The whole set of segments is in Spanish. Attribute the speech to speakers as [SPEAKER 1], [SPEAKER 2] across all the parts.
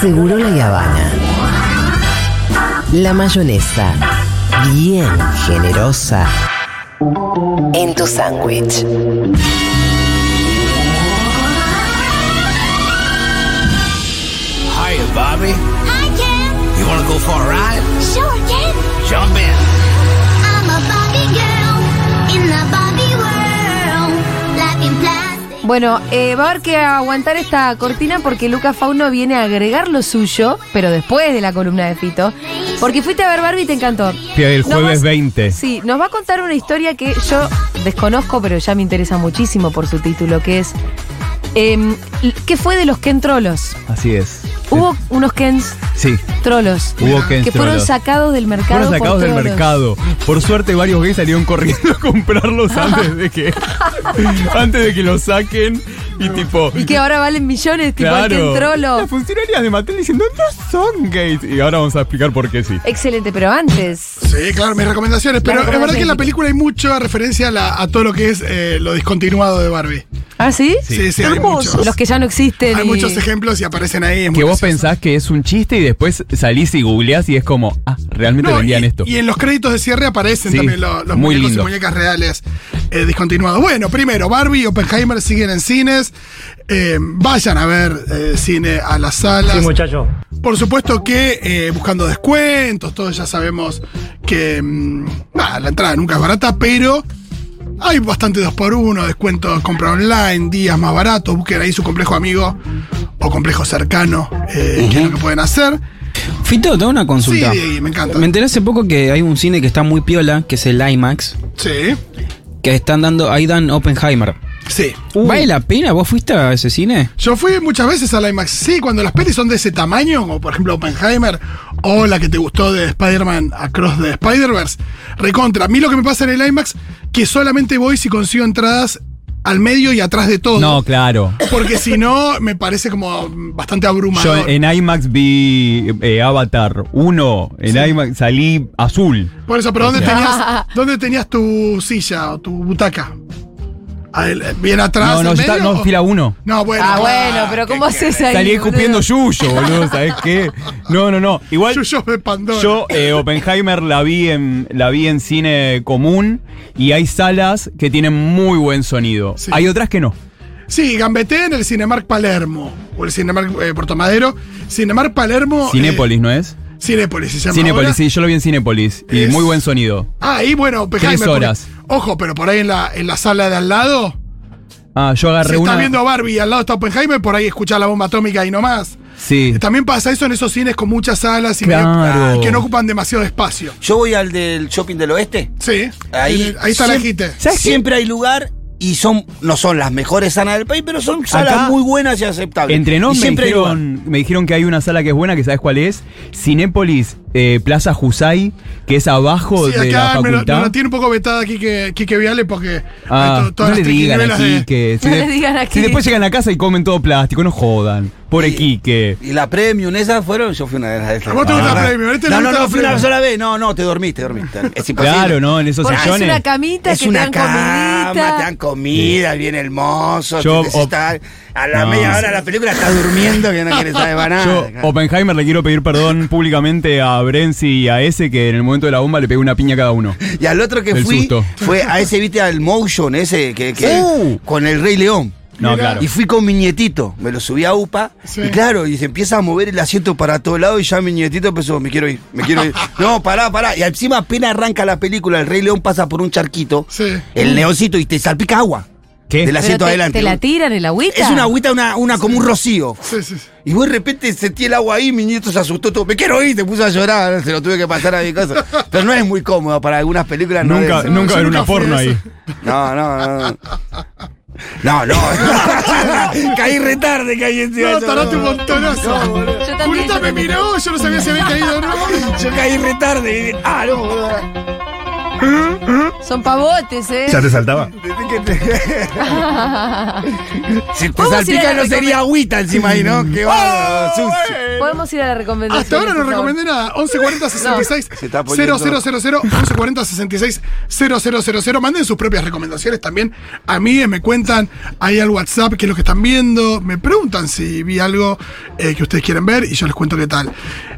[SPEAKER 1] Seguro la Habana. La mayonesa, bien generosa, en tu sándwich.
[SPEAKER 2] Hiya, Bobby.
[SPEAKER 3] Hi, Ken.
[SPEAKER 2] You want to go for a ride?
[SPEAKER 3] Sure, Ken.
[SPEAKER 2] Jump in.
[SPEAKER 3] I'm a Barbie girl in the Barbie world. Life in plastic.
[SPEAKER 4] Bueno, eh, va a haber que aguantar esta cortina porque Luca Fauno viene a agregar lo suyo, pero después de la columna de Fito. Porque fuiste a ver Barbie y te encantó.
[SPEAKER 5] Sí, el
[SPEAKER 4] Nos
[SPEAKER 5] jueves
[SPEAKER 4] vas-
[SPEAKER 5] 20.
[SPEAKER 4] Sí, nos va a contar una historia que yo desconozco, pero ya me interesa muchísimo por su título, que es em, ¿Qué fue de los Ken Trolos?
[SPEAKER 5] Así es.
[SPEAKER 4] Hubo unos Kens
[SPEAKER 5] Sí.
[SPEAKER 4] Trolos
[SPEAKER 5] Hubo Kens
[SPEAKER 4] que fueron
[SPEAKER 5] trolos.
[SPEAKER 4] sacados del mercado.
[SPEAKER 5] Fueron
[SPEAKER 4] por
[SPEAKER 5] sacados del
[SPEAKER 4] trolos.
[SPEAKER 5] mercado. Por suerte varios gays salieron corriendo a comprarlos antes de que antes de que los saquen y tipo
[SPEAKER 4] Y que ahora valen millones, tipo el Ken
[SPEAKER 5] claro.
[SPEAKER 4] Trolo.
[SPEAKER 5] Las funcionarias de Mattel diciendo no son gays y ahora vamos a explicar por qué sí.
[SPEAKER 4] Excelente, pero antes.
[SPEAKER 6] Sí, claro, mis recomendaciones. Pero
[SPEAKER 4] Claro,
[SPEAKER 6] es verdad
[SPEAKER 4] recomendaciones.
[SPEAKER 6] que en la película hay mucha referencia a, la- a todo lo que es eh, lo discontinuado de Barbie.
[SPEAKER 4] ¿Ah, sí?
[SPEAKER 6] Sí, sí, hay
[SPEAKER 4] Hermoso.
[SPEAKER 6] muchos.
[SPEAKER 4] Los que ya no existen.
[SPEAKER 6] Hay
[SPEAKER 4] y-
[SPEAKER 6] muchos ejemplos y aparecen ahí. es muy
[SPEAKER 5] Que vos
[SPEAKER 6] gracioso.
[SPEAKER 5] pensás que es un chiste y después salís y googleás y es como, ah, realmente
[SPEAKER 6] No,
[SPEAKER 5] vendían
[SPEAKER 6] y,
[SPEAKER 5] esto.
[SPEAKER 6] y en los créditos de cierre aparecen
[SPEAKER 5] Sí,
[SPEAKER 6] también lo- los
[SPEAKER 5] muy
[SPEAKER 6] muñecos
[SPEAKER 5] lindo.
[SPEAKER 6] y muñecas reales eh, discontinuados. Bueno, primero, Barbie y Oppenheimer siguen en cines. Eh, vayan a ver eh, cine a las salas.
[SPEAKER 7] Sí, muchacho.
[SPEAKER 6] Por supuesto que eh, buscando descuentos, todos ya sabemos que mm, nada, la entrada nunca es barata, pero hay bastante 2x1, descuentos, compra online, días más baratos, busquen ahí su complejo amigo o complejo cercano, eh, que es lo que pueden hacer.
[SPEAKER 8] Fito, tengo una consulta.
[SPEAKER 6] Sí, Diego, me encanta.
[SPEAKER 8] Me enteré hace poco que hay un cine que está muy piola, que es el IMAX,
[SPEAKER 6] Sí,
[SPEAKER 8] que están dando, ahí dan Oppenheimer.
[SPEAKER 6] sí.
[SPEAKER 8] ¿Vale la pena? ¿Vos fuiste a ese cine?
[SPEAKER 6] Yo fui muchas veces al IMAX, sí, cuando las pelis son de ese tamaño, como por ejemplo Oppenheimer, o la que te gustó de Spider-Man Across the Spider-Verse, recontra. A mí lo que me pasa en el IMAX, que solamente voy si consigo entradas al medio y atrás de todo.
[SPEAKER 5] No, claro.
[SPEAKER 6] Porque si no, me parece como bastante
[SPEAKER 5] Yo
[SPEAKER 6] abrumador.
[SPEAKER 5] en IMAX vi eh, Avatar 1, en IMAX salí azul.
[SPEAKER 6] Por eso, pero ¿dónde tenías, ¿dónde tenías tu silla o tu butaca? ¿A él, ¿Bien atrás?
[SPEAKER 5] No, no,
[SPEAKER 6] al
[SPEAKER 5] yo estaba-
[SPEAKER 6] medio,
[SPEAKER 5] no,
[SPEAKER 6] o-
[SPEAKER 5] fila 1.
[SPEAKER 6] No, bueno.
[SPEAKER 4] Ah, bueno, pero ¿cómo haces ahí?
[SPEAKER 5] Salí
[SPEAKER 4] boludo?
[SPEAKER 5] escupiendo yuyo, boludo, ¿sabés qué? No, no, no. Igual
[SPEAKER 6] Yuyos de Pandora.
[SPEAKER 5] yo eh, Oppenheimer la vi en la vi en cine común y hay salas que tienen muy buen sonido.
[SPEAKER 6] Sí.
[SPEAKER 5] Hay otras que no.
[SPEAKER 6] Sí, gambeté en el Cinemark Palermo. O el Cinemark eh, Puerto Madero. Cinemark Palermo.
[SPEAKER 5] Cinépolis, ¿no es?
[SPEAKER 6] eh, Cinépolis se llama.
[SPEAKER 5] Cinépolis,
[SPEAKER 6] ahora.
[SPEAKER 5] sí, yo lo vi en Cinépolis y
[SPEAKER 6] Es-
[SPEAKER 5] muy buen sonido.
[SPEAKER 6] Ah, y bueno, Oppenheimer, porque-
[SPEAKER 5] horas.
[SPEAKER 6] ojo, pero por ahí en la, en la sala de al lado.
[SPEAKER 5] Ah, yo
[SPEAKER 6] Si
[SPEAKER 5] agarré
[SPEAKER 6] estás
[SPEAKER 5] una
[SPEAKER 6] viendo Barbie y al lado está Oppenheimer, por ahí escuchás la bomba atómica y no más.
[SPEAKER 5] Sí.
[SPEAKER 6] También pasa eso en esos cines con muchas salas y medio- Ah,
[SPEAKER 5] Claro.
[SPEAKER 6] que no ocupan demasiado espacio.
[SPEAKER 9] Yo voy al del shopping del oeste.
[SPEAKER 6] Sí. Eh,
[SPEAKER 9] Ahí,
[SPEAKER 6] ahí está la
[SPEAKER 9] siem-
[SPEAKER 6] jite.
[SPEAKER 5] ¿Sabes qué?
[SPEAKER 9] Siempre hay lugar y son no son las mejores salas del país, pero son salas
[SPEAKER 5] Acá,
[SPEAKER 9] muy buenas y aceptables.
[SPEAKER 5] Entre
[SPEAKER 9] Y
[SPEAKER 5] nos me
[SPEAKER 9] siempre hay lugar.
[SPEAKER 5] dijeron, ah, me dijeron que hay una sala que es buena, que sabes cuál es, Cinépolis, eh, Plaza Jusay, que es abajo
[SPEAKER 6] Sí,
[SPEAKER 5] de la
[SPEAKER 6] acá me lo,
[SPEAKER 5] facultad.
[SPEAKER 6] me lo tiene un poco vetada Kike, Kike Viale porque
[SPEAKER 5] Ah,
[SPEAKER 6] hay to- todas
[SPEAKER 5] no
[SPEAKER 6] las
[SPEAKER 5] le digan a
[SPEAKER 6] triquiñuelas de-
[SPEAKER 5] Quique.
[SPEAKER 4] No
[SPEAKER 5] de-
[SPEAKER 4] le digan a
[SPEAKER 5] Si
[SPEAKER 4] Quique.
[SPEAKER 5] después llegan a casa y comen todo plástico, no jodan. Pobre
[SPEAKER 9] Sí.
[SPEAKER 5] Quique.
[SPEAKER 9] Y la premium, esas fueron, yo fui una de esas.
[SPEAKER 6] ¿A vos te gusta la Premium? ¿Este le
[SPEAKER 9] Ah, No, no,
[SPEAKER 6] gusta
[SPEAKER 9] no,
[SPEAKER 6] la
[SPEAKER 9] fui una
[SPEAKER 6] Premium?
[SPEAKER 9] sola vez. No, no, te dormiste, dormiste. Es imposible.
[SPEAKER 5] Claro, ¿no? En esos
[SPEAKER 4] Porque es
[SPEAKER 5] sillones.
[SPEAKER 4] una camita
[SPEAKER 9] Es
[SPEAKER 4] que
[SPEAKER 9] una
[SPEAKER 4] te dan
[SPEAKER 9] cama,
[SPEAKER 4] comidita.
[SPEAKER 9] te dan comida, viene el mozo.
[SPEAKER 5] Yo,
[SPEAKER 9] te-
[SPEAKER 5] o-
[SPEAKER 9] está- a la
[SPEAKER 5] No.
[SPEAKER 9] media hora de la película estás durmiendo que no quieres saber para
[SPEAKER 5] Yo,
[SPEAKER 9] nada.
[SPEAKER 5] Oppenheimer, le quiero pedir perdón públicamente a Brenzi y a ese que en el momento de la bomba le pegó una piña a cada uno.
[SPEAKER 9] Y al otro que
[SPEAKER 5] Del
[SPEAKER 9] fui
[SPEAKER 5] susto.
[SPEAKER 9] fue a ese, viste, al motion ese que, que-
[SPEAKER 5] Sí.
[SPEAKER 9] con el Rey León.
[SPEAKER 5] No, claro.
[SPEAKER 9] Y fui con mi nietito, me lo subí a UPA,
[SPEAKER 6] Sí.
[SPEAKER 9] y claro, y se empieza a mover el asiento para todos lados, y ya mi nietito empezó, me quiero ir, me quiero ir. No, pará, pará. Y encima apenas arranca la película, el Rey León pasa por un charquito,
[SPEAKER 6] Sí.
[SPEAKER 9] el neoncito, y te salpica agua
[SPEAKER 5] ¿Qué?
[SPEAKER 9] del
[SPEAKER 4] Pero
[SPEAKER 9] asiento
[SPEAKER 4] te,
[SPEAKER 9] adelante.
[SPEAKER 4] te la tiran el agüita.
[SPEAKER 9] es una agüita, una, una como un rocío.
[SPEAKER 6] Sí, sí, sí.
[SPEAKER 9] Y vos de repente sentí el agua ahí, mi nieto se asustó todo. Me quiero ir, te puso a llorar, se lo tuve que pasar a mi casa. Pero no es muy cómodo para algunas películas. no
[SPEAKER 5] nunca
[SPEAKER 9] es-
[SPEAKER 5] nunca
[SPEAKER 6] yo
[SPEAKER 5] ver
[SPEAKER 6] nunca
[SPEAKER 5] una
[SPEAKER 6] fui
[SPEAKER 5] porno
[SPEAKER 6] a eso.
[SPEAKER 5] ahí.
[SPEAKER 9] no, no, no. No, no. caí retarde, caí encima.
[SPEAKER 6] No,
[SPEAKER 9] Yo
[SPEAKER 6] tarate un
[SPEAKER 9] no.
[SPEAKER 6] montonazo.
[SPEAKER 4] Yo también,
[SPEAKER 6] Julita
[SPEAKER 4] yo
[SPEAKER 6] me
[SPEAKER 4] también.
[SPEAKER 6] miró, yo no sabía si había caído o no.
[SPEAKER 9] Yo caí retarde. y dije, Ah, no.
[SPEAKER 4] Son pavotes, ¿eh?
[SPEAKER 10] ¿Ya te saltaba?
[SPEAKER 9] Desde que te. si te
[SPEAKER 4] Vamos a ir a
[SPEAKER 9] salpica
[SPEAKER 4] la
[SPEAKER 9] no sería
[SPEAKER 4] recome-
[SPEAKER 9] agüita encima ahí,
[SPEAKER 6] Mm.
[SPEAKER 9] ¿no? Qué
[SPEAKER 6] Oh,
[SPEAKER 9] bárbaro, sucio.
[SPEAKER 6] eh.
[SPEAKER 4] Podemos ir a la recomendación.
[SPEAKER 6] Hasta ahora no
[SPEAKER 4] por favor.
[SPEAKER 6] recomendé nada. 1140 66
[SPEAKER 9] Se está
[SPEAKER 6] 000
[SPEAKER 9] poniendo-
[SPEAKER 6] 1140 66 000 Manden sus propias recomendaciones también a mí. Me cuentan ahí al WhatsApp qué es lo que están viendo. Me preguntan si vi algo eh, que ustedes quieren ver y yo les cuento qué tal.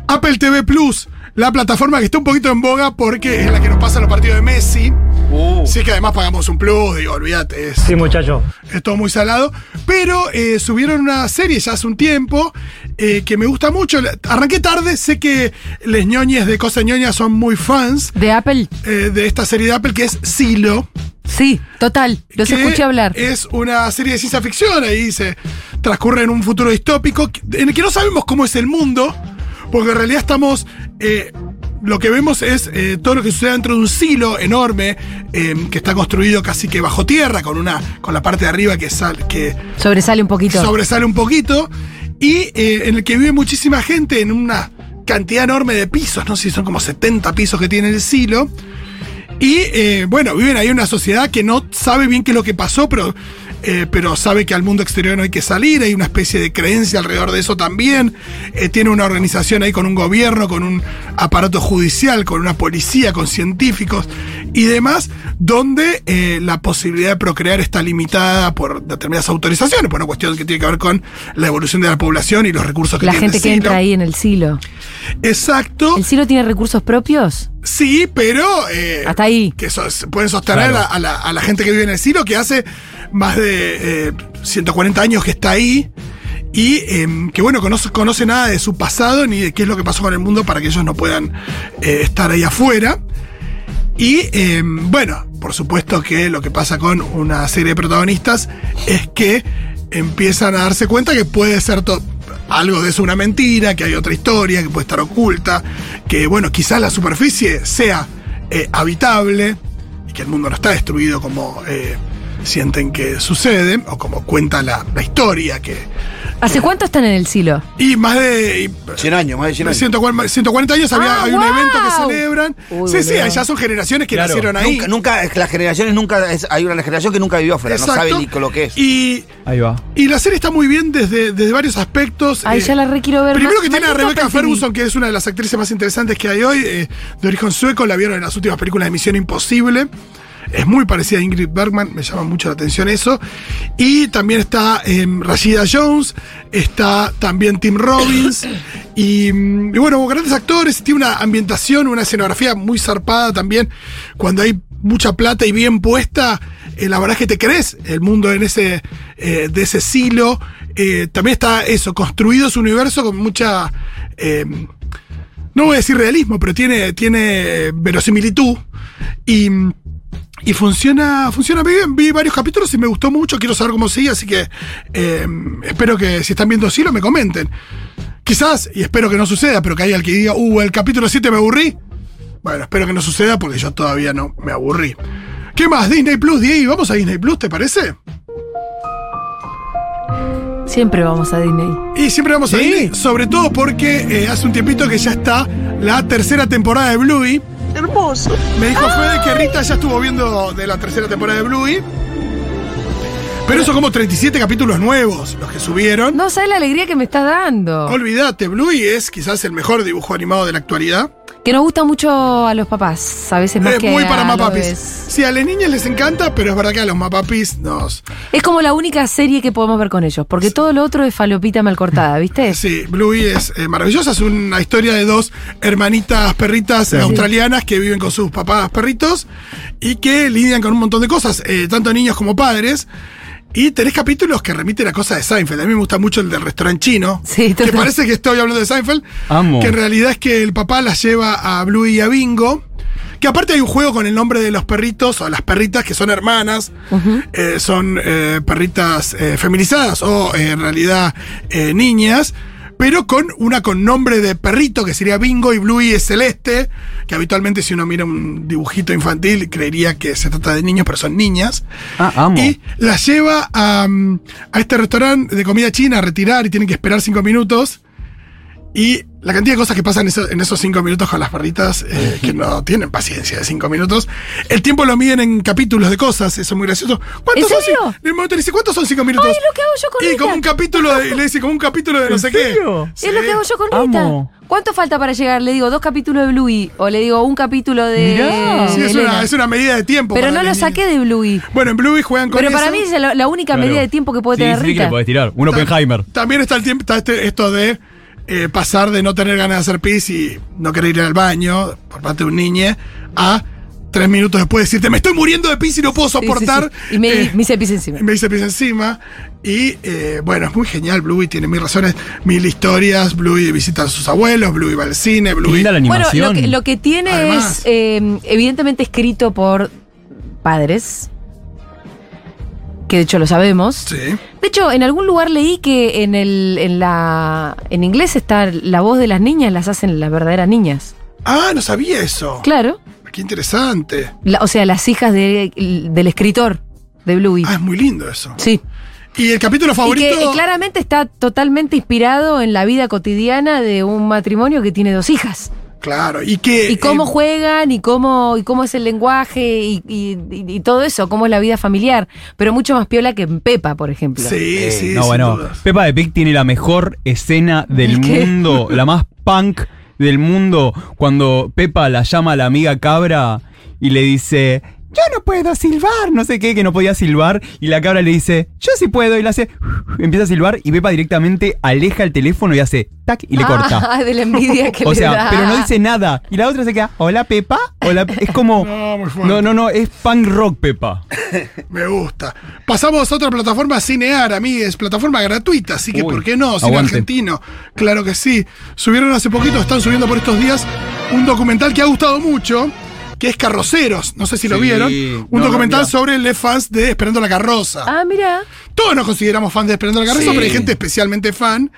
[SPEAKER 6] Apple TV Plus, la plataforma que está un poquito en boga porque es la que nos pasa los partidos de Messi.
[SPEAKER 9] Uh.
[SPEAKER 6] Si es que además pagamos un plus, digo, olvídate. es-
[SPEAKER 7] Sí, muchacho.
[SPEAKER 6] es todo muy salado. Pero eh, subieron una serie ya hace un tiempo eh, que me gusta mucho. La- Arranqué tarde, sé que les ñoñes de Cosa ñoña son muy fans
[SPEAKER 4] ¿De Apple?
[SPEAKER 6] eh, de esta serie de Apple que es Silo.
[SPEAKER 4] Sí, total. Los
[SPEAKER 6] que
[SPEAKER 4] escuché hablar.
[SPEAKER 6] Es una serie de ciencia ficción, ahí se transcurre en un futuro distópico que- en el que no sabemos cómo es el mundo, porque en realidad estamos. eh, lo que vemos es eh, todo lo que sucede dentro de un silo enorme eh, que está construido casi que bajo tierra, con, una, con la parte de arriba que, sal, que,
[SPEAKER 4] Sobresale un poquito.
[SPEAKER 6] sobresale un poquito y eh, en el que vive muchísima gente en una cantidad enorme de pisos, no sé si son como 70 pisos que tiene el silo. Y eh, bueno, viven ahí una sociedad que no sabe bien qué es lo que pasó, pero, eh, pero sabe que al mundo exterior no hay que salir, hay una especie de creencia alrededor de eso también. Eh, tiene una organización ahí con un gobierno, con un aparato judicial, con una policía, con científicos y demás, donde eh, la posibilidad de procrear está limitada por determinadas autorizaciones, por una cuestión que tiene que ver con la evolución de la población y los recursos que
[SPEAKER 4] la
[SPEAKER 6] tiene el
[SPEAKER 4] gente que entra
[SPEAKER 6] silo.
[SPEAKER 4] ahí en el silo.
[SPEAKER 6] Exacto.
[SPEAKER 4] ¿El silo tiene recursos propios?
[SPEAKER 6] Sí, pero. eh,
[SPEAKER 4] Hasta ahí.
[SPEAKER 6] Que so- pueden sostener a, a la, a la gente que vive en el silo, que hace más de eh, 140 años que está ahí. Y em, que bueno, que no se conoce nada de su pasado ni de qué es lo que pasó con el mundo para que ellos no puedan eh, estar ahí afuera. Y em, bueno, por supuesto que lo que pasa con una serie de protagonistas es que empiezan a darse cuenta que puede ser to- algo de eso una mentira, que hay otra historia, que puede estar oculta, que bueno, quizás la superficie sea eh, habitable y que el mundo no está destruido como eh, sienten que sucede o como cuenta la, la historia. Que,
[SPEAKER 4] ¿Hace cuánto están en el silo?
[SPEAKER 6] y más de... y-
[SPEAKER 9] 100 años, más de 100 años.
[SPEAKER 6] 140, 140 años había,
[SPEAKER 4] Ah,
[SPEAKER 6] hay un evento
[SPEAKER 4] guau.
[SPEAKER 6] que celebran.
[SPEAKER 4] Uy,
[SPEAKER 6] sí, sí,
[SPEAKER 4] boludo.
[SPEAKER 6] ya son generaciones que
[SPEAKER 5] Claro.
[SPEAKER 6] nacieron ahí.
[SPEAKER 9] Nunca, nunca, es que las generaciones nunca. es- hay una generación que nunca vivió afuera, no
[SPEAKER 6] Exacto.
[SPEAKER 9] sabe ni con lo que es.
[SPEAKER 6] Y,
[SPEAKER 5] Ahí va.
[SPEAKER 6] y la serie está muy bien desde, desde varios aspectos.
[SPEAKER 4] Ay,
[SPEAKER 6] Eh,
[SPEAKER 4] ya la re quiero ver.
[SPEAKER 6] Primero
[SPEAKER 4] Ma-
[SPEAKER 6] que tiene a
[SPEAKER 4] maldito
[SPEAKER 6] Rebecca
[SPEAKER 4] Apple TV.
[SPEAKER 6] Ferguson, que es una de las actrices más interesantes que hay hoy, eh, de origen sueco, la vieron en las últimas películas de Misión Imposible. Es muy parecida a Ingrid Bergman, me llama mucho la atención eso. Y también está eh, Rashida Jones, está también Tim Robbins. Y, mm, y bueno, grandes actores, tiene una ambientación, una escenografía muy zarpada también. Cuando hay mucha plata y bien puesta, eh, la verdad es que te crees el mundo en ese, eh, de ese silo. Eh, también está eso, construido su universo con mucha... eh, no voy a decir realismo, pero tiene, tiene verosimilitud. Y, y funciona, funciona muy bien. Vi varios capítulos y me gustó mucho. Quiero saber cómo sigue, así que eh, espero que si están viendo Silo me comenten. Quizás, y espero que no suceda, pero que haya el que diga, uh, el capítulo 7 me aburrí. Bueno, espero que no suceda porque yo todavía no me aburrí. ¿Qué más? Disney Plus, Diego, vamos a Disney Plus, ¿te parece?
[SPEAKER 4] Siempre vamos a Disney.
[SPEAKER 6] Y siempre vamos a Disney, sobre todo porque eh, hace un tiempito que ya está la tercera temporada de Bluey.
[SPEAKER 10] Hermoso.
[SPEAKER 6] Me dijo Fede que Rita ya estuvo viendo de la tercera temporada de Bluey. Pero son como 37 capítulos nuevos los que subieron.
[SPEAKER 4] No sabes la alegría que me está dando.
[SPEAKER 6] Olvídate, Bluey es quizás el mejor dibujo animado de la actualidad.
[SPEAKER 4] Que nos gusta mucho a los papás. A veces más
[SPEAKER 6] es
[SPEAKER 4] que
[SPEAKER 6] muy
[SPEAKER 4] a
[SPEAKER 6] para
[SPEAKER 4] los
[SPEAKER 6] mapapis.
[SPEAKER 4] bebés.
[SPEAKER 6] Sí, a las niñas les encanta, pero es verdad que a los mapapis nos.
[SPEAKER 4] Es como la única serie que podemos ver con ellos, porque todo lo otro es falopita mal cortada, ¿viste?
[SPEAKER 6] Sí, Bluey es eh, maravillosa. Es una historia de dos hermanitas perritas australianas que viven con sus papás perritos y que lidian con un montón de cosas, eh, tanto niños como padres. Y tenés capítulos que remiten a cosas de Seinfeld. A mí me gusta mucho el del restaurante chino.
[SPEAKER 4] Sí,
[SPEAKER 6] que
[SPEAKER 4] total.
[SPEAKER 6] parece que estoy hablando de Seinfeld.
[SPEAKER 5] Amo.
[SPEAKER 6] Que en realidad es que el papá las lleva a Bluey y a Bingo. Que aparte hay un juego con el nombre de los perritos o las perritas que son hermanas, eh, son eh, perritas eh, feminizadas o eh, en realidad eh, niñas, pero con una con nombre de perrito que sería Bingo y Bluey es celeste, que habitualmente si uno mira un dibujito infantil creería que se trata de niños, pero son niñas.
[SPEAKER 5] Ah, amo.
[SPEAKER 6] Y la lleva a, mm, a este restaurante de comida china a retirar y tienen que esperar cinco minutos. Y la cantidad de cosas que pasan eso- en esos cinco minutos con las perritas, eh, que no tienen paciencia de cinco minutos. El tiempo lo miden en capítulos de cosas, eso es muy gracioso. ¿Cuántos
[SPEAKER 4] ¿En
[SPEAKER 6] son?
[SPEAKER 4] serio?
[SPEAKER 6] cin- En el momento le dice, ¿cuántos son cinco minutos?
[SPEAKER 4] Ay, es lo que hago yo con
[SPEAKER 6] Y como
[SPEAKER 4] Rita.
[SPEAKER 6] un capítulo, de- le dice, como un capítulo de no
[SPEAKER 5] ¿En
[SPEAKER 6] sé
[SPEAKER 5] serio?
[SPEAKER 6] qué.
[SPEAKER 4] Es lo que hago yo con Rita.
[SPEAKER 5] Amo.
[SPEAKER 4] ¿Cuánto falta para llegar? Le digo dos capítulos de Bluey o le digo un capítulo de.
[SPEAKER 5] Mirá.
[SPEAKER 6] Sí,
[SPEAKER 4] de
[SPEAKER 6] es una,
[SPEAKER 4] Elena.
[SPEAKER 6] es una medida de tiempo.
[SPEAKER 4] Pero
[SPEAKER 6] para
[SPEAKER 4] no lo
[SPEAKER 6] definir.
[SPEAKER 4] saqué de Bluey.
[SPEAKER 6] Bueno, en Bluey juegan con
[SPEAKER 4] Pero para
[SPEAKER 6] eso.
[SPEAKER 4] mí es la, la única
[SPEAKER 5] Claro.
[SPEAKER 4] medida de tiempo que puede
[SPEAKER 5] Sí,
[SPEAKER 4] tener
[SPEAKER 5] sí, que
[SPEAKER 4] Rita.
[SPEAKER 5] le podés tirar. Un Oppenheimer.
[SPEAKER 6] También está el tiempo, está este- esto de eh, pasar de no tener ganas de hacer pis y no querer ir al baño por parte de un niño a tres minutos después decirte, me estoy muriendo de pis y no puedo
[SPEAKER 4] Sí, sí, sí.
[SPEAKER 6] soportar.
[SPEAKER 4] Y me,
[SPEAKER 6] Eh,
[SPEAKER 4] me hice pis encima.
[SPEAKER 6] me hice pis encima. Y eh, bueno, es muy genial. Bluey tiene mil razones, mil historias. Bluey visita a sus abuelos, Bluey va al cine,
[SPEAKER 5] Qué
[SPEAKER 6] Bluey.
[SPEAKER 5] linda la
[SPEAKER 4] Bueno,
[SPEAKER 5] animación.
[SPEAKER 4] lo que, lo que tiene
[SPEAKER 6] Además.
[SPEAKER 4] es, eh, evidentemente, escrito por padres, que de hecho lo sabemos.
[SPEAKER 6] Sí.
[SPEAKER 4] De hecho, en algún lugar leí que en, el, en, la, en inglés está la voz de las niñas, las hacen las verdaderas niñas.
[SPEAKER 6] Ah, no sabía eso.
[SPEAKER 4] Claro.
[SPEAKER 6] Qué interesante.
[SPEAKER 4] La- o sea, las hijas de- del escritor de Bluey.
[SPEAKER 6] Ah, es muy lindo eso.
[SPEAKER 4] Sí.
[SPEAKER 6] Y el capítulo
[SPEAKER 4] Y
[SPEAKER 6] favorito.
[SPEAKER 4] que eh, claramente está totalmente inspirado en la vida cotidiana de un matrimonio que tiene dos hijas.
[SPEAKER 6] Claro, y que.
[SPEAKER 4] Y cómo
[SPEAKER 6] eh,
[SPEAKER 4] juegan, y cómo, y cómo es el lenguaje, y, y- y- y todo eso, cómo es la vida familiar. Pero mucho más piola que en Pepa, por ejemplo.
[SPEAKER 6] Sí, sí,
[SPEAKER 5] Eh, No,
[SPEAKER 6] sin
[SPEAKER 5] bueno,
[SPEAKER 6] dudas.
[SPEAKER 5] Peppa de Pig tiene la mejor escena del
[SPEAKER 4] ¿Qué?
[SPEAKER 5] mundo, la más punk del mundo, cuando Peppa la llama a la amiga cabra y le dice, yo no puedo silbar, no sé qué, que no podía silbar, y la cabra le dice, yo sí puedo, y la hace, empieza a silbar, y Peppa directamente aleja el teléfono y hace, tac, y le corta.
[SPEAKER 4] Ah, de la envidia que
[SPEAKER 5] O
[SPEAKER 4] le
[SPEAKER 5] sea,
[SPEAKER 4] da.
[SPEAKER 5] pero no dice nada. Y la otra se queda, hola Pepa, hola, Pe-". es como...
[SPEAKER 6] No, muy fuerte.
[SPEAKER 5] No, no, no, es punk rock Pepa.
[SPEAKER 6] Me gusta. Pasamos a otra plataforma Cinear, amigues. Plataforma gratuita, así que
[SPEAKER 5] Uy,
[SPEAKER 6] ¿por qué no? Cine
[SPEAKER 5] aguante.
[SPEAKER 6] argentino. Claro que sí. Subieron hace poquito, están subiendo por estos días un documental que ha gustado mucho, que es Carroceros. No sé si lo
[SPEAKER 5] Sí.
[SPEAKER 6] vieron.
[SPEAKER 5] No,
[SPEAKER 6] Un
[SPEAKER 5] no,
[SPEAKER 6] documental
[SPEAKER 5] mirá.
[SPEAKER 6] sobre los fans de Esperando la Carroza.
[SPEAKER 4] Ah, mira.
[SPEAKER 6] Todos nos consideramos fans de Esperando la Carroza,
[SPEAKER 5] Sí.
[SPEAKER 6] pero hay gente especialmente fan.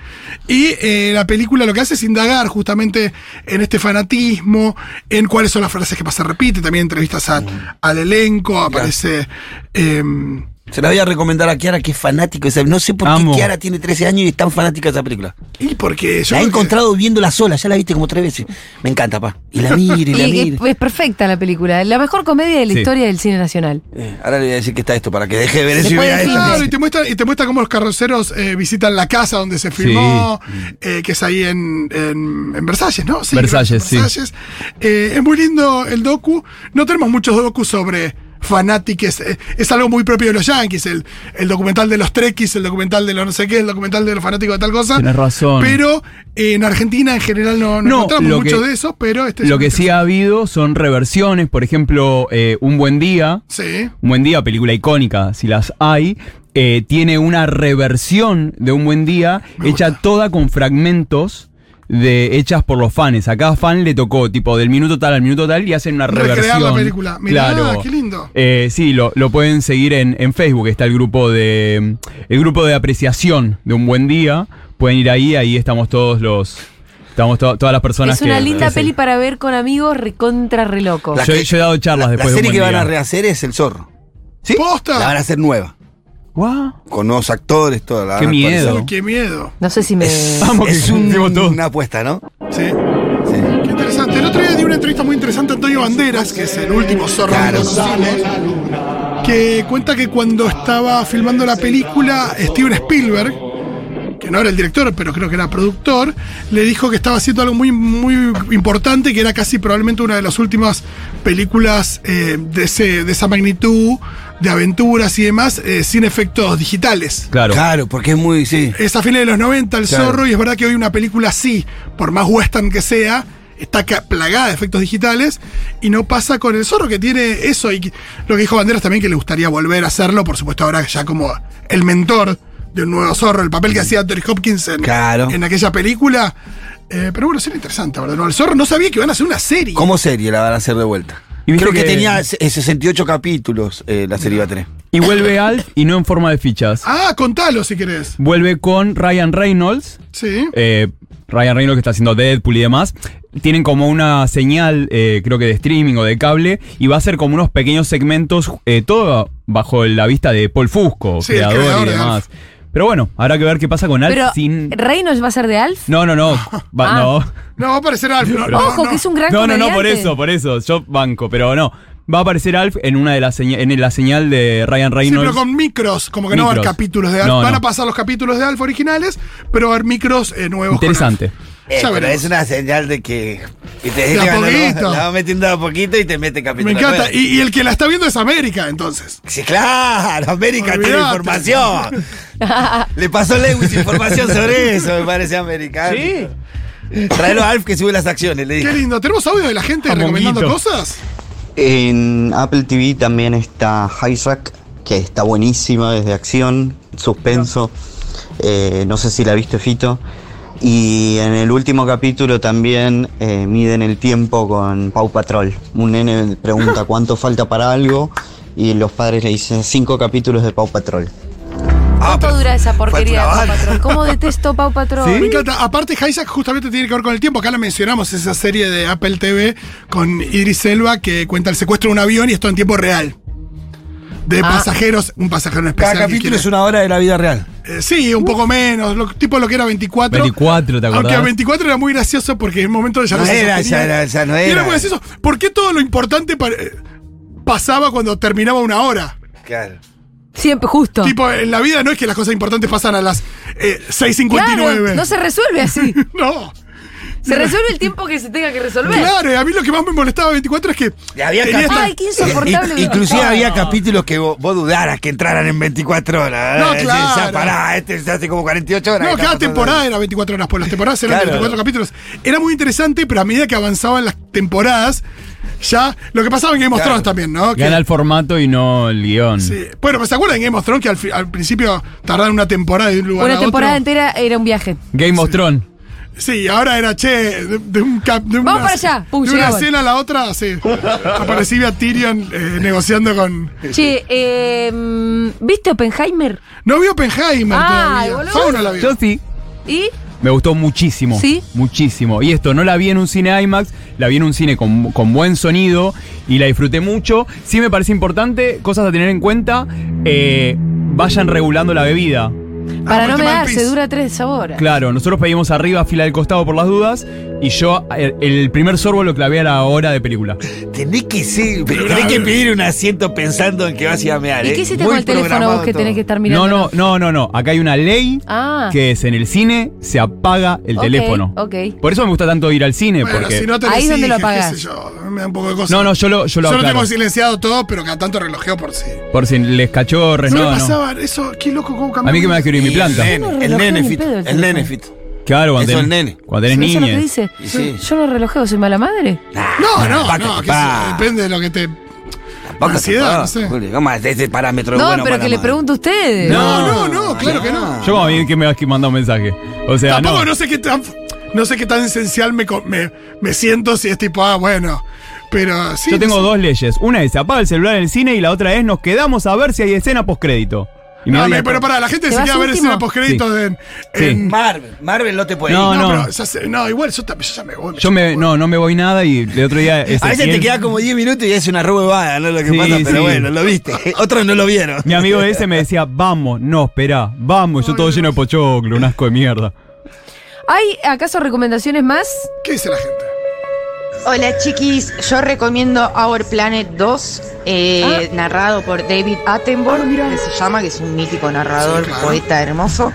[SPEAKER 6] Y eh, la película lo que hace es indagar justamente en este fanatismo, en cuáles son las frases que más se repiten. También entrevistas a- al elenco, aparece. em,
[SPEAKER 9] Se la voy a recomendar a Kiara, que es fanático. de esa- No sé por qué
[SPEAKER 5] Amo.
[SPEAKER 9] Kiara tiene 13 años y es tan fanática de esa película.
[SPEAKER 6] y porque yo.
[SPEAKER 9] la he
[SPEAKER 6] creo que-
[SPEAKER 9] encontrado viéndola sola, ya la viste como tres veces. Me encanta, pa. Y la mira, y la
[SPEAKER 4] Y
[SPEAKER 9] mira.
[SPEAKER 4] es, es perfecta la película. La mejor comedia de la
[SPEAKER 5] Sí.
[SPEAKER 4] historia del cine nacional.
[SPEAKER 9] Eh, ahora le voy a decir que está esto para que deje de ver eso y
[SPEAKER 4] Después
[SPEAKER 9] vea
[SPEAKER 4] del
[SPEAKER 9] esto.
[SPEAKER 6] Claro, y te muestra, y te muestra cómo los carroceros eh, visitan la casa donde se filmó, eh, que es ahí en, en- en Versalles, ¿no? Sí,
[SPEAKER 5] Versalles,
[SPEAKER 6] creo que es Versalles. Eh, es muy lindo el docu. No tenemos muchos docus sobre fanáticos. eh, es algo muy propio de los yankees. El, el documental de los trekkies, el documental de los no sé qué, el documental de los fanáticos de tal cosa.
[SPEAKER 5] Tenés razón.
[SPEAKER 6] Pero eh, en Argentina en general no, no
[SPEAKER 5] No,
[SPEAKER 6] encontramos
[SPEAKER 5] lo
[SPEAKER 6] mucho
[SPEAKER 5] que-
[SPEAKER 6] de eso, pero este es
[SPEAKER 5] Lo
[SPEAKER 6] un-
[SPEAKER 5] que sí ha habido son reversiones, por ejemplo, eh, Un Buen Día,
[SPEAKER 6] Sí.
[SPEAKER 5] Un Buen Día, película icónica, si las hay, eh, tiene una reversión de Un Buen Día
[SPEAKER 6] Me
[SPEAKER 5] hecha
[SPEAKER 6] gusta.
[SPEAKER 5] toda con fragmentos de hechas por los fans. A cada fan le tocó, tipo, del minuto tal al minuto tal y hacen una
[SPEAKER 6] Recrear
[SPEAKER 5] reversión.
[SPEAKER 6] la película. Mirá, qué lindo.
[SPEAKER 5] Eh, sí, lo, lo pueden seguir en, en Facebook, está el grupo de el grupo de apreciación de Un Buen Día. Pueden ir ahí, ahí estamos todos los... Estamos to- todas las personas
[SPEAKER 4] Es una
[SPEAKER 5] que-
[SPEAKER 4] linda
[SPEAKER 5] que se-
[SPEAKER 4] peli para ver con amigos recontra re loco.
[SPEAKER 9] La-
[SPEAKER 5] yo, yo he dado charlas
[SPEAKER 9] La
[SPEAKER 5] después
[SPEAKER 9] serie
[SPEAKER 5] de
[SPEAKER 9] que
[SPEAKER 5] un buen
[SPEAKER 9] van a
[SPEAKER 5] día.
[SPEAKER 9] rehacer es El Zorro.
[SPEAKER 6] ¡Posta!
[SPEAKER 9] La van a hacer nueva.
[SPEAKER 5] Guau.
[SPEAKER 9] Con nuevos actores, todo. La van
[SPEAKER 5] Qué
[SPEAKER 9] a actualizar.
[SPEAKER 5] miedo.
[SPEAKER 6] ¡Qué miedo!
[SPEAKER 4] No sé si me.
[SPEAKER 5] Vamos, que
[SPEAKER 9] Es un-
[SPEAKER 5] sentimos todo.
[SPEAKER 9] una apuesta, ¿no?
[SPEAKER 6] Sí.
[SPEAKER 9] Sí.
[SPEAKER 6] Qué interesante. El otro día di una entrevista muy interesante a Antonio Banderas, que es el último zorro
[SPEAKER 9] Claro.
[SPEAKER 6] que conocimos, que cuenta que cuando estaba filmando la película, Steven Spielberg, que no era el director, pero creo que era productor, le dijo que estaba haciendo algo muy, muy importante, que era casi probablemente una de las últimas películas eh, de, ese- de esa magnitud, de aventuras y demás, eh, sin efectos digitales.
[SPEAKER 5] Claro.
[SPEAKER 9] Claro, porque es muy, sí.
[SPEAKER 6] Es a fines de los 90 el
[SPEAKER 9] Claro.
[SPEAKER 6] zorro y es verdad que hoy una película así, por más western que sea, está ca- plagada de efectos digitales y no pasa con el zorro que tiene eso y que- lo que dijo Banderas también que le gustaría volver a hacerlo, por supuesto ahora ya como el mentor de un nuevo zorro, el papel que hacía Anthony Hopkins en,
[SPEAKER 9] Claro.
[SPEAKER 6] en aquella película. Eh, pero bueno, sería interesante, ¿verdad? No, el zorro no sabía que iban a hacer una serie.
[SPEAKER 9] ¿Cómo serie la van a hacer de vuelta?
[SPEAKER 5] Y viste
[SPEAKER 9] Creo que,
[SPEAKER 5] que-
[SPEAKER 9] tenía se- eh, 68 capítulos eh, la serie iba a tener.
[SPEAKER 5] Y vuelve Alf y no en forma de fichas.
[SPEAKER 6] Ah, contalo si querés.
[SPEAKER 5] Vuelve con Ryan Reynolds.
[SPEAKER 6] Sí.
[SPEAKER 5] eh, Ryan Reynolds que está haciendo Deadpool y demás. Tienen como una señal, eh, creo que de streaming o de cable. Y va a ser como unos pequeños segmentos. eh, todo bajo la vista de Paul Fusco,
[SPEAKER 6] Sí, el
[SPEAKER 5] creador
[SPEAKER 6] creador
[SPEAKER 5] y
[SPEAKER 6] de
[SPEAKER 5] demás. Pero bueno, habrá que ver qué pasa con Alf
[SPEAKER 4] Pero,
[SPEAKER 5] sin.
[SPEAKER 4] ¿Reynolds va a ser de Alf?
[SPEAKER 5] No, no, no. va-
[SPEAKER 4] Ah.
[SPEAKER 5] No.
[SPEAKER 6] No, va a aparecer Alf. no, no,
[SPEAKER 4] Ojo,
[SPEAKER 6] no.
[SPEAKER 4] que es un gran
[SPEAKER 5] No, no, no,
[SPEAKER 4] comediante.
[SPEAKER 5] por eso, por eso. Yo banco, pero no. Va a aparecer Alf en una de las seña- en la señal de Ryan
[SPEAKER 6] Sí,
[SPEAKER 5] Reynolds.
[SPEAKER 6] pero con micros, como que no va a haber
[SPEAKER 5] Micros.
[SPEAKER 6] capítulos de Alf.
[SPEAKER 5] No,
[SPEAKER 6] Van
[SPEAKER 5] no.
[SPEAKER 6] a pasar los capítulos de Alf originales, pero va a haber micros eh, nuevos. con
[SPEAKER 5] Interesante.
[SPEAKER 9] Eh,
[SPEAKER 6] Ya
[SPEAKER 9] pero
[SPEAKER 6] veremos.
[SPEAKER 9] es una señal de que. Y te
[SPEAKER 6] De a
[SPEAKER 9] cuando la vas-
[SPEAKER 6] poquito.
[SPEAKER 9] La vas metiendo de a poquito y te mete
[SPEAKER 6] Alf.
[SPEAKER 9] capítulo.
[SPEAKER 6] Me encanta.
[SPEAKER 9] nuevo.
[SPEAKER 6] Y, y el que la está viendo es América, entonces.
[SPEAKER 9] Sí, claro, América tiene
[SPEAKER 6] Olvídate.
[SPEAKER 9] información. Le pasó Lewis información sobre eso, me parece americano.
[SPEAKER 5] Sí.
[SPEAKER 9] Traelo a Alf que sube las acciones, le
[SPEAKER 6] Qué
[SPEAKER 9] dije.
[SPEAKER 6] lindo. ¿Tenemos audio de la gente
[SPEAKER 5] Jamonguito.
[SPEAKER 6] recomendando cosas?
[SPEAKER 7] En Apple TV también está Hijack, que está buenísima desde acción, suspenso. Eh, no sé si la viste, Fito. Y en el último capítulo también eh, miden el tiempo con Pau Patrol. Un nene pregunta cuánto falta para algo y los padres le dicen cinco capítulos de Pau Patrol.
[SPEAKER 9] Ah,
[SPEAKER 4] ¿Cuánto dura esa porquería de Pau
[SPEAKER 9] trabajo.
[SPEAKER 4] Patrol? ¿Cómo detesto Pau Patrol?
[SPEAKER 6] Me encanta. Aparte, Hijack justamente tiene que ver con el tiempo. Acá la mencionamos, esa serie de Apple TV con Idris Elba que cuenta el secuestro de un avión y esto en tiempo real. De
[SPEAKER 4] Ah.
[SPEAKER 6] pasajeros, un pasajero en especial.
[SPEAKER 9] Cada
[SPEAKER 6] que
[SPEAKER 9] capítulo
[SPEAKER 6] quiere-
[SPEAKER 9] es una hora de la vida real.
[SPEAKER 6] Eh, sí, un poco menos, lo- tipo lo que era 24.
[SPEAKER 5] 24, ¿te acordás?
[SPEAKER 6] Aunque a 24 era muy gracioso porque en un momento ya
[SPEAKER 9] No
[SPEAKER 6] se
[SPEAKER 9] era,
[SPEAKER 6] sostenía.
[SPEAKER 9] ya era, ya no
[SPEAKER 6] Y
[SPEAKER 9] era.
[SPEAKER 6] muy gracioso. ¿Por qué todo lo importante pa- eh, pasaba cuando terminaba una hora?
[SPEAKER 9] Claro.
[SPEAKER 4] Siempre, justo.
[SPEAKER 6] Tipo, en la vida no es que las cosas importantes pasan a las eh, 6.59.
[SPEAKER 4] Claro, no se resuelve así.
[SPEAKER 6] No.
[SPEAKER 4] Se resuelve el tiempo que se tenga que resolver.
[SPEAKER 6] Claro, y a mí lo que más me molestaba de 24 es que.
[SPEAKER 9] Y había
[SPEAKER 6] tenía
[SPEAKER 9] capaz-
[SPEAKER 6] esta-
[SPEAKER 4] Ay, qué insoportable.
[SPEAKER 9] In- inclusive había capítulos que vos, vos dudaras que entraran en 24 horas.
[SPEAKER 6] No,
[SPEAKER 9] Eh,
[SPEAKER 6] claro.
[SPEAKER 9] decís, "Ah, pará, este se hace como 48 horas.
[SPEAKER 6] No,
[SPEAKER 9] que está
[SPEAKER 6] cada
[SPEAKER 9] pasando".
[SPEAKER 6] temporada era 24 horas, pues las temporadas eran
[SPEAKER 9] Claro.
[SPEAKER 6] 24 capítulos. Era muy interesante, pero a medida que avanzaban las temporadas, ya. Lo que pasaba en Game of
[SPEAKER 9] Claro.
[SPEAKER 6] Thrones también, ¿no? Que-
[SPEAKER 5] Gana el formato y no el guión.
[SPEAKER 6] Sí. Bueno, pero ¿se acuerdan de Game of Thrones que al, fi- al principio tardaron una temporada de un lugar
[SPEAKER 4] Una
[SPEAKER 6] a
[SPEAKER 4] temporada
[SPEAKER 6] otro?
[SPEAKER 4] entera era un viaje.
[SPEAKER 5] Game of Thrones.
[SPEAKER 6] Sí, ahora era, che, de, de un cap- de
[SPEAKER 4] Vamos
[SPEAKER 6] una,
[SPEAKER 4] para allá. Pum,
[SPEAKER 6] de una
[SPEAKER 4] llegaban.
[SPEAKER 6] escena a la otra, sí. Aparecía Tyrion eh, negociando con...
[SPEAKER 4] Che, eh, mm, ¿viste Oppenheimer?
[SPEAKER 6] No vi Oppenheimer
[SPEAKER 4] Ay,
[SPEAKER 6] todavía.
[SPEAKER 4] boludo.
[SPEAKER 6] Solo no la vi.
[SPEAKER 5] Yo sí.
[SPEAKER 4] ¿Y?
[SPEAKER 5] Me gustó muchísimo.
[SPEAKER 4] ¿Sí?
[SPEAKER 5] Muchísimo. Y esto, no la vi en un cine IMAX, la vi en un cine con, con buen sonido y la disfruté mucho. Sí me parece importante, cosas a tener en cuenta, eh, vayan regulando la bebida.
[SPEAKER 4] Para no
[SPEAKER 6] Aparte
[SPEAKER 4] me
[SPEAKER 6] One
[SPEAKER 4] dar,
[SPEAKER 6] Piece.
[SPEAKER 4] se dura tres horas.
[SPEAKER 5] Claro, nosotros pedimos arriba, fila del costado por las dudas y yo el, el primer sorbo lo clavé a la hora de película.
[SPEAKER 9] Tenés que, sí, tenés que pedir un asiento pensando en que vas a ir a mear.
[SPEAKER 4] ¿Y
[SPEAKER 9] eh.
[SPEAKER 4] qué hiciste
[SPEAKER 9] Muy
[SPEAKER 4] con el teléfono vos
[SPEAKER 9] programado
[SPEAKER 4] que
[SPEAKER 9] todo.
[SPEAKER 4] tenés que estar mirando?
[SPEAKER 5] No, no, no, no, no. Acá hay una ley
[SPEAKER 4] Ah.
[SPEAKER 5] que es en el cine se apaga el
[SPEAKER 4] Ok,
[SPEAKER 5] teléfono.
[SPEAKER 4] ok.
[SPEAKER 5] Por eso me gusta tanto ir al cine,
[SPEAKER 6] Bueno,
[SPEAKER 5] porque...
[SPEAKER 6] si no te
[SPEAKER 4] Ahí es donde lo
[SPEAKER 6] exiges, qué
[SPEAKER 4] apagás.
[SPEAKER 6] sé yo, me da un poco de cosa.
[SPEAKER 5] no, no, yo lo, yo lo
[SPEAKER 6] Yo no
[SPEAKER 5] aclaro.
[SPEAKER 6] tengo silenciado todo, pero cada tanto relojeo por sí.
[SPEAKER 5] Por si les cachorres,
[SPEAKER 6] no, me
[SPEAKER 5] no, no.
[SPEAKER 6] pasaba eso, qué loco cómo cambió
[SPEAKER 5] A mí que me
[SPEAKER 6] mi
[SPEAKER 5] va a
[SPEAKER 6] vida.
[SPEAKER 5] querer mi
[SPEAKER 9] Y
[SPEAKER 5] planta.
[SPEAKER 9] El nene,
[SPEAKER 4] No
[SPEAKER 9] el
[SPEAKER 4] relojé
[SPEAKER 9] nene
[SPEAKER 4] ni
[SPEAKER 9] fit.
[SPEAKER 4] pedo el
[SPEAKER 9] El nene
[SPEAKER 4] teléfono.
[SPEAKER 9] fit.
[SPEAKER 5] Claro, cuando
[SPEAKER 9] Eso
[SPEAKER 5] tenés-
[SPEAKER 9] el nene.
[SPEAKER 5] Cuando tenés
[SPEAKER 4] ¿Eso es lo que
[SPEAKER 5] niñes.
[SPEAKER 4] dice?
[SPEAKER 9] Y sí.
[SPEAKER 4] Yo no relojeo, soy mala madre.
[SPEAKER 6] No, no,
[SPEAKER 9] Pa' que
[SPEAKER 6] no,
[SPEAKER 9] te
[SPEAKER 6] qué sé yo,
[SPEAKER 9] pa.
[SPEAKER 6] depende de lo que te...
[SPEAKER 9] Vaca
[SPEAKER 6] Ansiedad,
[SPEAKER 9] tapada,
[SPEAKER 6] no sé.
[SPEAKER 9] Julio, ¿cómo es ese parámetro
[SPEAKER 4] no,
[SPEAKER 9] bueno
[SPEAKER 4] pero
[SPEAKER 9] para
[SPEAKER 4] que le
[SPEAKER 9] mal?
[SPEAKER 4] pregunto a ustedes.
[SPEAKER 6] No, no,
[SPEAKER 5] No.
[SPEAKER 6] no, claro que no.
[SPEAKER 5] Yo como a mí que me vas que manda un mensaje. O sea,
[SPEAKER 6] Tampoco
[SPEAKER 5] no.
[SPEAKER 6] no. sé qué tan no sé qué tan esencial me, co- me, me siento si es tipo, ah, bueno. Pero sí.
[SPEAKER 5] Yo tengo
[SPEAKER 6] no sé.
[SPEAKER 5] dos leyes. Una es apaga el celular en el cine y la otra es nos quedamos a ver si hay escena postcrédito. Y me
[SPEAKER 6] No,
[SPEAKER 5] odia
[SPEAKER 6] me- pero
[SPEAKER 5] todo.
[SPEAKER 6] para la gente
[SPEAKER 4] ¿Te
[SPEAKER 6] se
[SPEAKER 4] vas
[SPEAKER 6] queda a ver
[SPEAKER 4] último?
[SPEAKER 6] escena postcréditos en.
[SPEAKER 5] Sí.
[SPEAKER 6] en-
[SPEAKER 9] Marvel, Marvel no te puede
[SPEAKER 5] No,
[SPEAKER 9] ir.
[SPEAKER 6] no,
[SPEAKER 5] no.
[SPEAKER 6] pero ya sé- no, igual yo, también, yo ya me voy.
[SPEAKER 5] Yo me, no, no me voy nada y el otro día... ese
[SPEAKER 9] A veces te
[SPEAKER 5] cien-
[SPEAKER 9] queda como 10 minutos y es una robada, ¿no? Lo que
[SPEAKER 5] este Sí,
[SPEAKER 9] pasa, pero
[SPEAKER 5] sí.
[SPEAKER 9] bueno, lo viste. Otros no lo vieron.
[SPEAKER 5] Mi amigo ese me decía, vamos, no, esperá, vamos. Yo todo lleno de pochoclo, un asco de mierda.
[SPEAKER 4] ¿Hay acaso recomendaciones más?
[SPEAKER 6] ¿Qué dice la gente?
[SPEAKER 10] Hola chiquis, yo recomiendo Our Planet 2, eh, narrado por David Attenborough, que se llama, que es un mítico narrador,
[SPEAKER 6] Sí, claro.
[SPEAKER 10] poeta hermoso.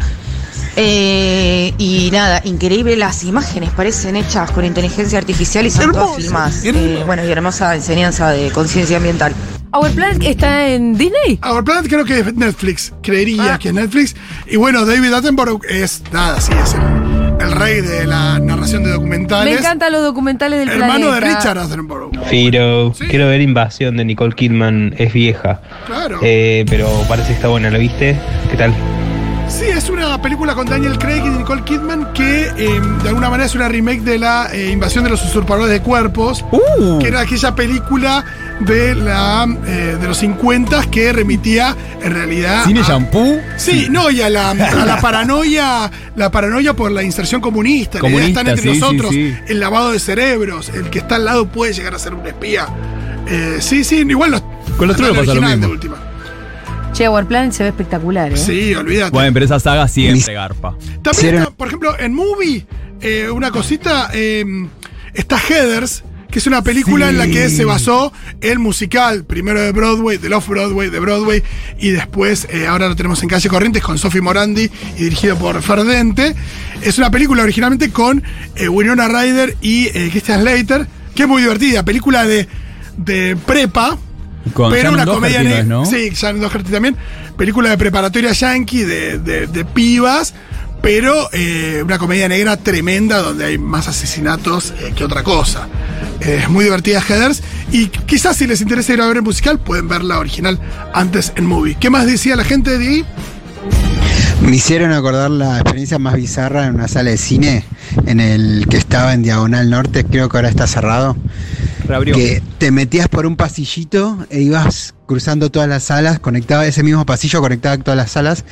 [SPEAKER 10] Eh, y nada, increíble las imágenes, parecen hechas con inteligencia artificial y son todas filmadas. Eh, bueno, y hermosa enseñanza de conciencia ambiental.
[SPEAKER 4] ¿Our Planet está en Disney?
[SPEAKER 6] Our Planet creo que es Netflix. Creería
[SPEAKER 4] Ah.
[SPEAKER 6] que es Netflix. Y bueno, David Attenborough es nada, sí, es el, el rey de la narración de documentales.
[SPEAKER 4] Me encantan los documentales del
[SPEAKER 6] Ah, Hermano de
[SPEAKER 4] planeta.
[SPEAKER 6] Richard Attenborough.
[SPEAKER 11] Firo,
[SPEAKER 6] Sí.
[SPEAKER 11] quiero ver Invasión de Nicole Kidman, es vieja,
[SPEAKER 6] Claro.
[SPEAKER 11] Eh, pero parece que está buena, ¿la viste? ¿Qué tal?
[SPEAKER 6] Sí, es una película con Daniel Craig y Nicole Kidman que eh, de alguna manera es una remake de la eh, invasión de los usurpadores de cuerpos,
[SPEAKER 5] Uh.
[SPEAKER 6] que era aquella película de la eh, de los 50 que remitía en realidad
[SPEAKER 5] Cine
[SPEAKER 6] a-
[SPEAKER 5] shampoo.
[SPEAKER 6] Sí, no, y a la, a la paranoia, la paranoia por la inserción comunista, la idea de
[SPEAKER 5] Comunista,
[SPEAKER 6] estar entre
[SPEAKER 5] sí, sí,
[SPEAKER 6] nosotros,
[SPEAKER 5] sí.
[SPEAKER 6] el lavado de cerebros, el que está al lado puede llegar a ser un espía. Eh, sí, sí, igual los,
[SPEAKER 5] Con los
[SPEAKER 6] andá
[SPEAKER 5] truenos
[SPEAKER 6] al
[SPEAKER 5] pasa lo
[SPEAKER 6] original
[SPEAKER 5] mismo.
[SPEAKER 6] de última.
[SPEAKER 4] Che, War Planet se ve espectacular, ¿eh?
[SPEAKER 6] Sí, olvídate.
[SPEAKER 5] Bueno, pero esa saga siempre garpa.
[SPEAKER 6] También está, por ejemplo, en Movie, eh, una cosita, eh, está Headers, que es una película en la que se basó el musical, primero de Broadway, del Off-Broadway, de Broadway, y después, eh, ahora lo tenemos en Calle Corrientes con Sophie Morandi y dirigido por Ferdente. Es una película originalmente con eh, Winona Ryder y eh, Christian Slater, que es muy divertida, película de, de prepa.
[SPEAKER 5] Con
[SPEAKER 6] pero
[SPEAKER 5] Shannon
[SPEAKER 6] una
[SPEAKER 5] Doherty,
[SPEAKER 6] comedia ne-
[SPEAKER 5] ¿no es, no?
[SPEAKER 6] Sí, Shannon Doherty también. Película de preparatoria yankee de, de- de pibas, pero eh, una comedia negra tremenda donde hay más asesinatos eh, que otra cosa. Eh, es muy divertida Headers. Y quizás si les interesa ir a ver el musical, pueden ver la original antes en movie. ¿Qué más decía la gente de ahí?
[SPEAKER 12] Me hicieron acordar la experiencia más bizarra en una sala de cine, en el que estaba en Diagonal Norte, creo que ahora está cerrado.
[SPEAKER 5] Reabrió.
[SPEAKER 12] Que te metías por un pasillito e ibas cruzando todas las salas, conectaba ese mismo pasillo, conectaba todas las salas,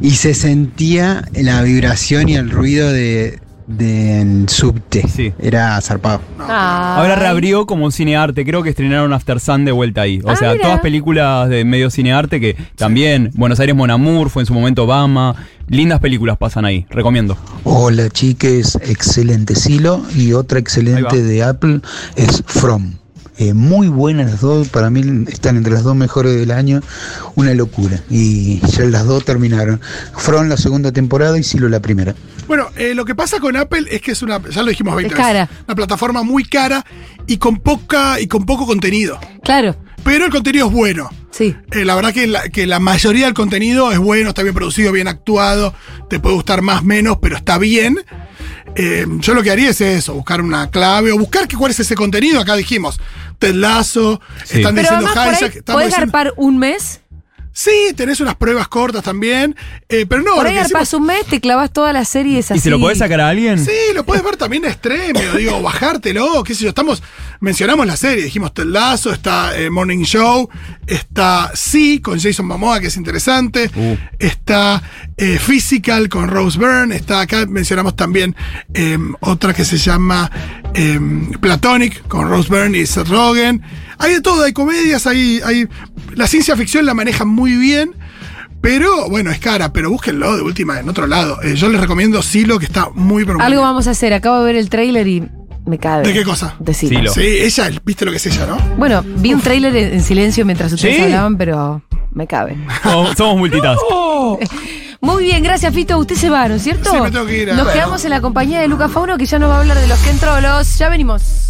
[SPEAKER 12] y se sentía la vibración y el ruido de del subte. Era zarpado.
[SPEAKER 5] Ahora reabrió como cinearte, creo que estrenaron After Sun de vuelta ahí. O sea,
[SPEAKER 12] mira.
[SPEAKER 5] todas películas de medio cinearte que también, Buenos Aires Mon Amour, fue en su momento Obama, lindas películas pasan ahí, recomiendo.
[SPEAKER 13] Hola chiques, excelente Silo y otra excelente de Apple es From. Eh, muy buenas las dos, para mí están entre las dos mejores del año, una locura. Y ya las dos terminaron. From la segunda temporada y Silo la primera.
[SPEAKER 6] Bueno, eh, lo que pasa con Apple es que es una, ya lo dijimos 20
[SPEAKER 4] Es cara.
[SPEAKER 6] veces, una plataforma muy cara y con poca y con poco contenido.
[SPEAKER 4] Claro.
[SPEAKER 6] Pero el contenido es bueno.
[SPEAKER 4] Sí.
[SPEAKER 6] Eh, la verdad que la, que la mayoría del contenido es bueno, está bien producido, bien actuado, te puede gustar más, menos, pero está bien. Eh, yo lo que haría es eso, buscar una clave o buscar que, cuál es ese contenido. Acá dijimos, Ted Lasso,
[SPEAKER 4] Sí.
[SPEAKER 6] están
[SPEAKER 4] Pero
[SPEAKER 6] diciendo
[SPEAKER 4] además, por ahí,
[SPEAKER 6] Hijack, estamos
[SPEAKER 4] ¿podés
[SPEAKER 6] diciendo-
[SPEAKER 4] garpar un mes?
[SPEAKER 6] Sí, tenés unas pruebas cortas también, eh, pero no,
[SPEAKER 4] por
[SPEAKER 6] lo
[SPEAKER 4] ahí
[SPEAKER 6] que
[SPEAKER 4] garpás un mes, te clavas todas las series así.
[SPEAKER 5] ¿Y se lo podés sacar a alguien?
[SPEAKER 6] Sí, lo puedes ver también a extremio, digo, bajártelo, qué sé yo. Estamos, mencionamos la serie, dijimos Ted Lasso, está eh, Morning Show, está Sí con Jason Momoa, que es interesante, está eh, Physical con Rose Byrne, está acá, mencionamos también eh, otra que se llama eh, Platonic con Rose Byrne y Seth Rogen. Hay de todo, hay comedias, hay, hay. La ciencia ficción la manejan muy bien. Pero bueno, es cara, pero búsquenlo de última en otro lado. Eh, yo les recomiendo Silo, que está muy pero muy
[SPEAKER 4] Algo vamos a hacer. Acabo de ver el tráiler y me cabe.
[SPEAKER 6] ¿De qué cosa?
[SPEAKER 4] De Silo. Silo.
[SPEAKER 6] Sí, ella, viste lo que es ella, ¿no?
[SPEAKER 4] Bueno, vi un tráiler en en silencio mientras ustedes
[SPEAKER 5] ¿Sí?
[SPEAKER 4] hablaban, pero me cabe.
[SPEAKER 5] Somos, somos multitask.
[SPEAKER 4] Muy bien, gracias, Fito. Usted se va, ¿no es cierto?
[SPEAKER 5] Sí, me tengo que ir,
[SPEAKER 4] Nos
[SPEAKER 5] bueno.
[SPEAKER 4] quedamos en la compañía de Luca Fauno, que ya nos va a hablar de los Kentrolos. Ya venimos.